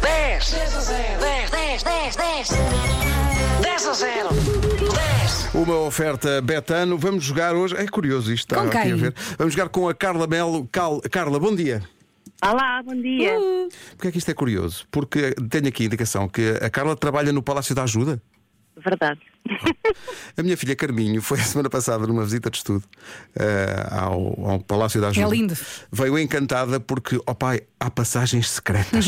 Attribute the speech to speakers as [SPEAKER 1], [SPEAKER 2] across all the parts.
[SPEAKER 1] 10. 10 a 0. 10, 10, 10, 10. 10 a 0. 10.
[SPEAKER 2] Uma oferta Betano. Vamos jogar hoje. É curioso isto, está
[SPEAKER 3] Com
[SPEAKER 2] aqui
[SPEAKER 3] quem?
[SPEAKER 2] a ver. Vamos jogar com a Carla Melo. Cal- Carla, bom dia.
[SPEAKER 4] Olá, bom dia.
[SPEAKER 2] Porquê é que isto é curioso? Porque tenho aqui a indicação que a Carla trabalha no Palácio da Ajuda.
[SPEAKER 4] Verdade.
[SPEAKER 2] A minha filha Carminho foi a semana passada numa visita de estudo eh, ao, ao Palácio da Ajuda.
[SPEAKER 3] É lindo.
[SPEAKER 2] Veio encantada porque, ó pai, há passagens secretas.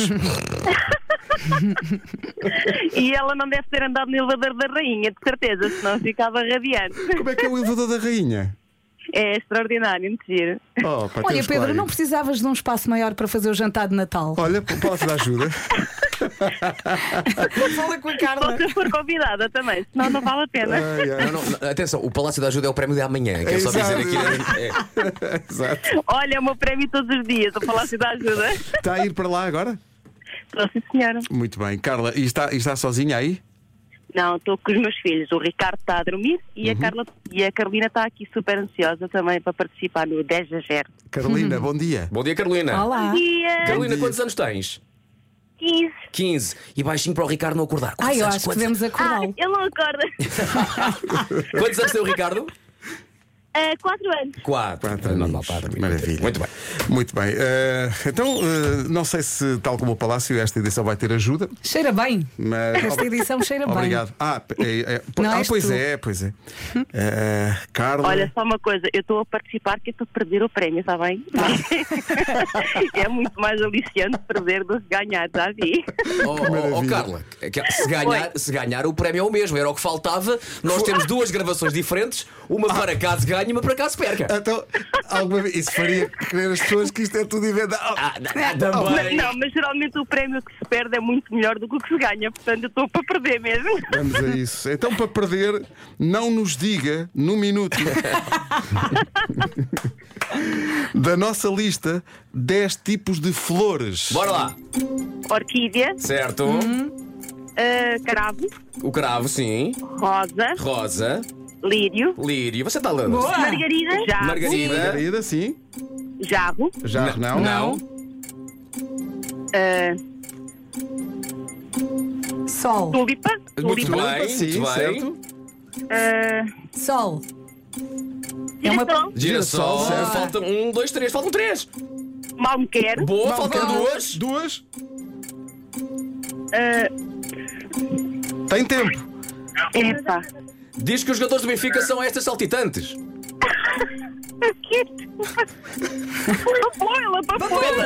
[SPEAKER 4] e ela não deve ter andado no elevador da rainha, de certeza, senão ficava radiante.
[SPEAKER 2] Como é que é o elevador da rainha?
[SPEAKER 4] É extraordinário, muito giro.
[SPEAKER 2] Oh, pá,
[SPEAKER 3] Olha,
[SPEAKER 2] temos que lá
[SPEAKER 3] Pedro,
[SPEAKER 2] ir.
[SPEAKER 3] não precisavas de um espaço maior para fazer o jantar de Natal.
[SPEAKER 2] Olha, o Palácio da Ajuda.
[SPEAKER 3] Fala com a
[SPEAKER 2] é?
[SPEAKER 4] Só se eu for convidada também, senão não vale a pena.
[SPEAKER 2] Ai, ai.
[SPEAKER 5] Não, não, não, atenção, o Palácio da Ajuda é o prémio de amanhã. Quero só
[SPEAKER 2] Exato.
[SPEAKER 5] dizer aqui. É,
[SPEAKER 2] Exato.
[SPEAKER 4] Olha, é o meu prémio todos os dias, o Palácio da Ajuda.
[SPEAKER 2] Está a ir para lá agora?
[SPEAKER 4] Estou sim, senhora.
[SPEAKER 2] Muito bem. Carla, e está, e está sozinha aí?
[SPEAKER 4] Não, estou com os meus filhos. O Ricardo está a dormir e,
[SPEAKER 2] Uhum.
[SPEAKER 4] a, Carla, e a Carolina está aqui super ansiosa também para participar no 10 a 0.
[SPEAKER 2] Carolina,
[SPEAKER 3] Uhum.
[SPEAKER 2] bom dia.
[SPEAKER 5] Bom dia, Carolina.
[SPEAKER 3] Olá.
[SPEAKER 2] Ah.
[SPEAKER 4] Bom dia!
[SPEAKER 5] Carolina,
[SPEAKER 2] dia.
[SPEAKER 5] quantos anos tens?
[SPEAKER 4] 15.
[SPEAKER 5] 15. E baixinho para o Ricardo não acordar. Quantos
[SPEAKER 3] Ai, eu
[SPEAKER 5] anos,
[SPEAKER 3] acho que
[SPEAKER 5] quantos...
[SPEAKER 3] devemos
[SPEAKER 4] Ah,
[SPEAKER 3] acordá-lo.
[SPEAKER 4] ele não acorda.
[SPEAKER 5] quantos anos tem o Ricardo?
[SPEAKER 4] Há 4 Ah, anos.
[SPEAKER 5] Quatro. É
[SPEAKER 3] É
[SPEAKER 2] Quatro
[SPEAKER 5] Normal,
[SPEAKER 2] aninhos.
[SPEAKER 5] pá, dormir.
[SPEAKER 2] Maravilha.
[SPEAKER 5] Muito bem.
[SPEAKER 2] Muito bem. Eh, então, eh, não sei se, tal como o Palácio, esta edição vai ter ajuda,
[SPEAKER 3] Cheira bem.
[SPEAKER 2] mas.
[SPEAKER 3] Esta edição cheira bem.
[SPEAKER 2] Obrigado. Ah, p- é- é-
[SPEAKER 3] Não
[SPEAKER 2] ah,
[SPEAKER 3] és
[SPEAKER 2] pois
[SPEAKER 3] tu. Hum?
[SPEAKER 2] é, pois é. Eh, Carla.
[SPEAKER 4] Olha, só uma coisa, eu estou a participar que é para perder o prémio, está bem? é muito mais aliciante perder do que ganhar, já vi.
[SPEAKER 5] Oh, oh, oh, Carla, que- se ganhar, se ganhar, o prémio é o mesmo, era o que faltava. Nós temos duas gravações diferentes, uma para caso ganhe e uma para caso perca.
[SPEAKER 2] Então, alguma vez, isso faria crer as pessoas que isto é tudo inventado.
[SPEAKER 5] Ah, ah,
[SPEAKER 4] Mas
[SPEAKER 5] também.
[SPEAKER 4] não, mas geralmente o prémio que se perde é muito melhor do que o que se ganha, portanto eu estou para perder mesmo.
[SPEAKER 2] Vamos a isso. Então, para perder, não nos diga no minuto da nossa lista 10 tipos de flores.
[SPEAKER 5] Bora lá.
[SPEAKER 4] Orquídea,
[SPEAKER 5] Certo.
[SPEAKER 3] Hum.
[SPEAKER 4] ah, cravo,
[SPEAKER 5] O cravo, sim.
[SPEAKER 4] rosa,
[SPEAKER 5] Rosa.
[SPEAKER 4] lírio,
[SPEAKER 5] Lírio. Você está lendo?
[SPEAKER 3] Boa.
[SPEAKER 4] margarida, Ah. jarro,
[SPEAKER 5] Margarida.
[SPEAKER 2] Margarida, sim.
[SPEAKER 4] jarro,
[SPEAKER 2] Já não.
[SPEAKER 5] Não.
[SPEAKER 4] ah,
[SPEAKER 3] Sol.
[SPEAKER 4] tulipa,
[SPEAKER 5] Muito
[SPEAKER 4] tulipa,
[SPEAKER 5] bem,
[SPEAKER 2] sim,
[SPEAKER 5] muito
[SPEAKER 2] assim,
[SPEAKER 5] bem.
[SPEAKER 2] certo.
[SPEAKER 4] ah,
[SPEAKER 3] Sol. É uma-
[SPEAKER 4] girassol,
[SPEAKER 5] Girassol,
[SPEAKER 2] Girassol,
[SPEAKER 5] certo.
[SPEAKER 3] certo.
[SPEAKER 5] faltam um, dois, três, faltam três.
[SPEAKER 4] mal me quero,
[SPEAKER 5] Boa, faltam
[SPEAKER 3] bom.
[SPEAKER 5] duas.
[SPEAKER 2] Duas.
[SPEAKER 4] ah,
[SPEAKER 2] Tem tempo.
[SPEAKER 4] epa,
[SPEAKER 5] Diz que os jogadores do Benfica são estas saltitantes.
[SPEAKER 4] papoila, papoila.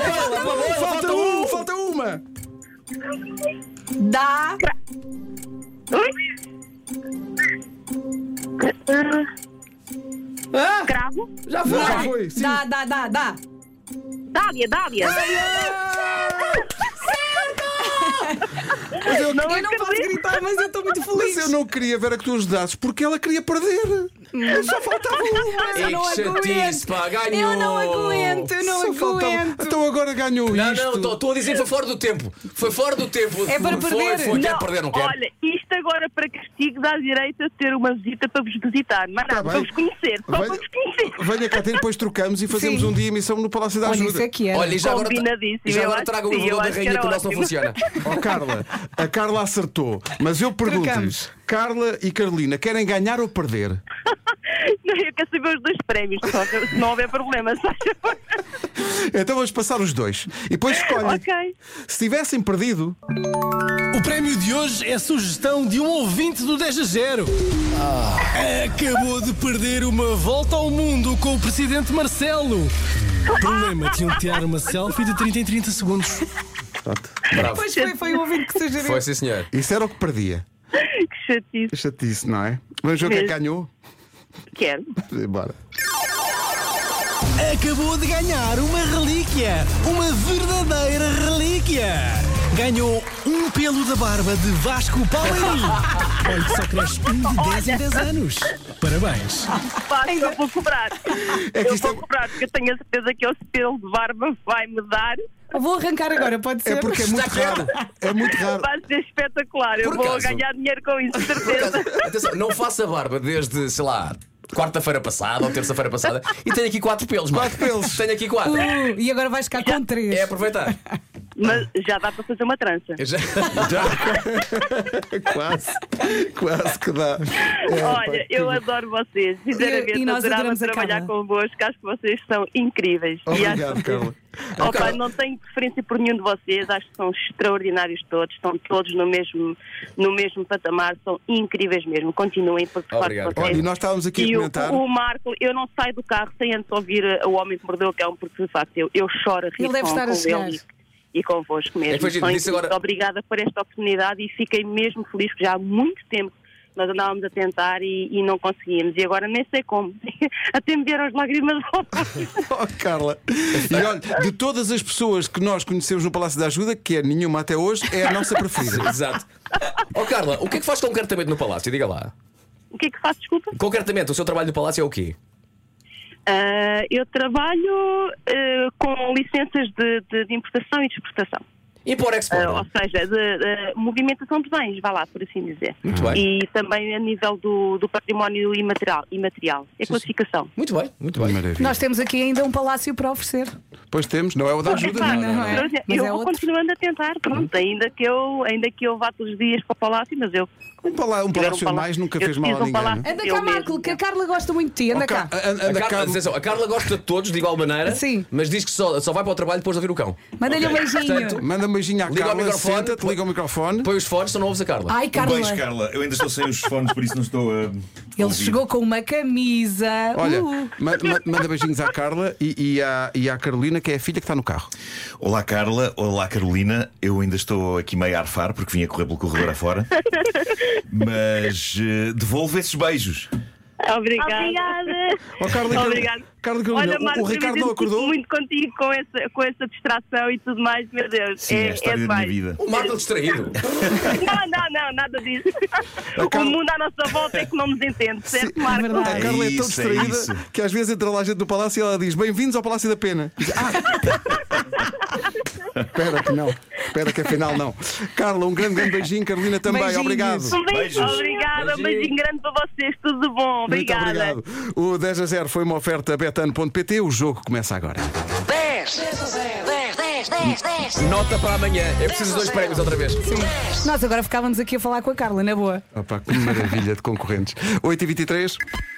[SPEAKER 2] Falta um, falta uma.
[SPEAKER 3] Dá.
[SPEAKER 5] Ah,
[SPEAKER 4] Cravo,
[SPEAKER 5] já foi.
[SPEAKER 2] Já foi, sim.
[SPEAKER 3] Dá, dá, dá, dá.
[SPEAKER 4] Dália, Dália.
[SPEAKER 2] Mas eu,
[SPEAKER 3] Eu não posso gritar, mas eu estou muito
[SPEAKER 2] mas
[SPEAKER 3] feliz.
[SPEAKER 2] eu não queria ver a que tu ajudasses porque ela queria perder. Só faltava uma.
[SPEAKER 3] Mas eu
[SPEAKER 5] Ei,
[SPEAKER 3] não
[SPEAKER 5] que
[SPEAKER 3] aguento.
[SPEAKER 5] chatice, pá, ganhou.
[SPEAKER 3] Eu não aguento, eu não
[SPEAKER 2] Só faltava.
[SPEAKER 3] aguento.
[SPEAKER 2] Então agora ganhou
[SPEAKER 5] Não,
[SPEAKER 2] isto.
[SPEAKER 5] não, estou a dizer que foi fora do tempo. Foi fora do tempo.
[SPEAKER 3] É para
[SPEAKER 5] Foi,
[SPEAKER 3] perder.
[SPEAKER 5] Foi, quer perder, não quer.
[SPEAKER 4] Olha, isto agora para castigo dá direito a ter uma visita para vos visitar. Mas
[SPEAKER 2] Tá
[SPEAKER 4] não,
[SPEAKER 2] bem.
[SPEAKER 4] para vos conhecer. Só para
[SPEAKER 2] Venha-
[SPEAKER 4] vos conhecer.
[SPEAKER 2] Venha cá ter, depois trocamos e fazemos
[SPEAKER 3] Sim.
[SPEAKER 2] um dia emissão no Palácio da
[SPEAKER 3] Olha,
[SPEAKER 2] Ajuda.
[SPEAKER 3] isso é que é.
[SPEAKER 5] Olha, e já agora,
[SPEAKER 4] Combinadíssimo,
[SPEAKER 5] e já
[SPEAKER 4] eu
[SPEAKER 5] agora
[SPEAKER 4] acho
[SPEAKER 5] traga o
[SPEAKER 4] que sim, eu
[SPEAKER 5] elevador da
[SPEAKER 4] acho que
[SPEAKER 5] rainha
[SPEAKER 4] era
[SPEAKER 5] que o nosso não
[SPEAKER 4] ótimo.
[SPEAKER 5] funciona.
[SPEAKER 2] Oh, Carla, a Carla acertou, mas eu pergunto-lhes:
[SPEAKER 3] Trocamos.
[SPEAKER 2] Carla e Carolina querem ganhar ou perder?
[SPEAKER 4] Não, eu quero saber os dois prémios, só que se não houver problemas. faz favor.
[SPEAKER 2] Então vamos passar os dois e depois escolhem.
[SPEAKER 4] ok.
[SPEAKER 2] Se tivessem perdido,
[SPEAKER 6] O prémio de hoje é sugestão de um ouvinte do 10 a 0. Acabou de perder uma volta ao mundo com o presidente Marcelo. Problema, tinham de tirar uma selfie de 30 em 30 segundos.
[SPEAKER 5] Bravo.
[SPEAKER 3] Pois foi, foi o ouvinte que sugeriu.
[SPEAKER 5] Foi, sim, senhor.
[SPEAKER 2] isso era o que perdia.
[SPEAKER 4] Que chatice.
[SPEAKER 2] Chatice, não é? Vamos ver quem
[SPEAKER 4] Mesmo.
[SPEAKER 2] ganhou?
[SPEAKER 4] Quero.
[SPEAKER 2] Bora.
[SPEAKER 6] Acabou de ganhar uma relíquia. Uma verdadeira relíquia. Ganhou um pelo da barba de Vasco Palmeirinho. Olha, que só cresce um de 10 em 10 anos. Parabéns.
[SPEAKER 4] Pá, eu vou cobrar.
[SPEAKER 2] É que
[SPEAKER 4] eu
[SPEAKER 2] isto
[SPEAKER 4] vou
[SPEAKER 2] é,
[SPEAKER 4] cobrar, porque eu tenho a certeza que o pelo de barba vai me dar.
[SPEAKER 3] Eu Vou arrancar agora, pode ser?
[SPEAKER 2] é porque é muito raro. É muito raro.
[SPEAKER 4] Vai ser espetacular. Eu
[SPEAKER 5] Por
[SPEAKER 4] vou
[SPEAKER 5] acaso-
[SPEAKER 4] ganhar dinheiro com isso, de certeza.
[SPEAKER 5] Atenção, não faça barba desde, sei lá, quarta-feira passada ou terça-feira passada e tenho aqui quatro pelos, Quatro pelos. Tenho aqui quatro.
[SPEAKER 3] Uh, e agora vais ficar com três.
[SPEAKER 5] É aproveitar.
[SPEAKER 4] mas já dá para fazer uma trança.
[SPEAKER 5] Já-
[SPEAKER 2] É quase, quase que dá. É,
[SPEAKER 4] Olha,
[SPEAKER 2] pá,
[SPEAKER 4] eu adoro vocês, sinceramente,
[SPEAKER 3] E- e nós
[SPEAKER 4] adorava
[SPEAKER 3] adoramos a
[SPEAKER 4] trabalhar
[SPEAKER 3] Carla.
[SPEAKER 4] convosco, acho que vocês são incríveis. e acho
[SPEAKER 2] Obrigado,
[SPEAKER 4] que
[SPEAKER 2] Carla.
[SPEAKER 4] Oh, pá, não tenho preferência por nenhum de vocês, acho que são extraordinários todos, estão todos no mesmo, no mesmo patamar, são incríveis mesmo. Continuem, porque de facto,
[SPEAKER 5] Obrigado,
[SPEAKER 4] vocês-
[SPEAKER 5] Carla.
[SPEAKER 2] Olha, e nós estávamos aqui
[SPEAKER 4] E
[SPEAKER 2] a
[SPEAKER 4] o,
[SPEAKER 2] comentar.
[SPEAKER 4] o Marco, eu não saio do carro sem antes ouvir uh, O Homem que Mordeu o Cão, porque de facto eu, eu choro a rir
[SPEAKER 3] Ele deve
[SPEAKER 4] com,
[SPEAKER 3] estar a
[SPEAKER 4] com
[SPEAKER 3] chegar.
[SPEAKER 4] ele e, e convosco mesmo.
[SPEAKER 5] É que foi giro,
[SPEAKER 4] São
[SPEAKER 5] disse
[SPEAKER 4] incríveis.
[SPEAKER 5] agora-
[SPEAKER 4] Obrigada por esta oportunidade e fiquei mesmo feliz, porque já há muito tempo nós andávamos a tentar e, e não conseguíamos. E agora nem sei como. Até me vieram as lágrimas aos olhos.
[SPEAKER 2] Oh, Carla. E olha, de todas as pessoas que nós conhecemos no Palácio da Ajuda, que é nenhuma até hoje, é a nossa preferida.
[SPEAKER 5] Exato. Ó Carla, o que é que faz concretamente no Palácio? Diga lá.
[SPEAKER 4] O que é que faço, desculpa?
[SPEAKER 5] Concretamente, o seu trabalho no Palácio é o quê?
[SPEAKER 4] Ah, eu trabalho ah, com licenças de, de- de importação e de exportação.
[SPEAKER 5] Import-export.
[SPEAKER 4] Ah, ou seja, de, de movimentação de bens, vá lá, por assim dizer.
[SPEAKER 5] Muito bem.
[SPEAKER 4] E também a nível do, do património imaterial, imaterial. É classificação.
[SPEAKER 5] Muito bem, muito bem.
[SPEAKER 2] Maravilha.
[SPEAKER 3] Nós temos aqui ainda um palácio para oferecer.
[SPEAKER 2] Pois temos, não é Uhum. o da ajuda.
[SPEAKER 4] Epá,
[SPEAKER 3] não, não, não é.
[SPEAKER 4] Eu,
[SPEAKER 3] Mas
[SPEAKER 4] eu
[SPEAKER 3] é
[SPEAKER 4] vou
[SPEAKER 3] outro.
[SPEAKER 4] continuando a tentar, pronto, ainda que, eu, ainda que eu vá todos os dias para o palácio, mas eu.
[SPEAKER 2] Um palácio, um
[SPEAKER 4] tiver
[SPEAKER 2] palácio a mais nunca
[SPEAKER 4] eu
[SPEAKER 2] fez mal a
[SPEAKER 4] preciso de um
[SPEAKER 2] ninguém,
[SPEAKER 4] palácio
[SPEAKER 2] não é?
[SPEAKER 3] Anda
[SPEAKER 4] eu
[SPEAKER 3] cá,
[SPEAKER 4] mesma.
[SPEAKER 3] Marco, É que a Carla gosta muito de ti. Anda
[SPEAKER 2] Oh, Ca-
[SPEAKER 3] cá.
[SPEAKER 2] an-
[SPEAKER 5] A
[SPEAKER 2] Anda
[SPEAKER 5] Carla,
[SPEAKER 2] cá.
[SPEAKER 5] atenção, a Carla gosta de todos de igual maneira,
[SPEAKER 3] Sim.
[SPEAKER 5] mas diz que só, só vai para o trabalho depois de ouvir o cão.
[SPEAKER 3] Manda-lhe
[SPEAKER 5] Ok.
[SPEAKER 3] um beijinho.
[SPEAKER 5] Portanto,
[SPEAKER 2] Manda um beijinho à
[SPEAKER 5] Liga ao
[SPEAKER 2] Carla,
[SPEAKER 5] microfone.
[SPEAKER 2] senta-te, liga o microfone.
[SPEAKER 5] põe os fones, só não ouves a Carla.
[SPEAKER 3] Ai,
[SPEAKER 7] Um
[SPEAKER 3] Carla.
[SPEAKER 7] beijo, Carla. Eu ainda estou sem os fones, por isso não estou a.
[SPEAKER 3] Ele chegou com uma camisa.
[SPEAKER 2] Olha,
[SPEAKER 3] Uh.
[SPEAKER 2] ma- ma- manda beijinhos à Carla e, e à, e à Carolina, que é a filha que está no carro.
[SPEAKER 7] Olá, Carla. Olá, Carolina. Eu ainda estou aqui meio a arfar porque vim a correr pelo corredor afora. Mas eh, devolvo esses beijos.
[SPEAKER 4] Obrigada.
[SPEAKER 8] Obrigada.
[SPEAKER 2] Oh, Carla, e Carolina-
[SPEAKER 4] Obrigada.
[SPEAKER 2] Carla e Carolina,
[SPEAKER 4] Olha,
[SPEAKER 2] o-
[SPEAKER 4] Marco,
[SPEAKER 2] o Ricardo
[SPEAKER 4] eu
[SPEAKER 2] não
[SPEAKER 4] me
[SPEAKER 2] acordou?
[SPEAKER 4] identifico muito contigo com essa, com essa distração e tudo mais, meu Deus.
[SPEAKER 7] Sim, é a história da minha
[SPEAKER 4] demais.
[SPEAKER 7] vida.
[SPEAKER 5] O Marco distraído.
[SPEAKER 4] Não, não, não, nada disso.
[SPEAKER 2] Carla-
[SPEAKER 4] O mundo à nossa volta é que não nos entende, certo, Marco?
[SPEAKER 3] verdade.
[SPEAKER 2] A
[SPEAKER 7] É
[SPEAKER 2] Carla é tão
[SPEAKER 7] isso, é
[SPEAKER 2] distraída
[SPEAKER 7] isso.
[SPEAKER 2] que às vezes entra lá gente do palácio e ela diz: Bem-vindos ao Palácio da Pena. Diz, ah. Espera que não, espera que afinal não. Carla, um grande, grande beijinho, Carolina também,
[SPEAKER 3] Beijinhos.
[SPEAKER 2] obrigado.
[SPEAKER 4] Um beijo.
[SPEAKER 7] Beijos.
[SPEAKER 4] Obrigada, um beijinho grande para vocês, tudo de bom. Obrigada.
[SPEAKER 2] Muito obrigado. O 10 a 0 foi uma oferta betano.pt, o jogo começa agora.
[SPEAKER 1] 10 10 10 10 10
[SPEAKER 5] Nota para amanhã. Eu preciso de dois prémios outra vez.
[SPEAKER 3] Nós agora ficávamos aqui a falar com a Carla, na boa.
[SPEAKER 2] Opa, que maravilha de concorrentes. 8h23.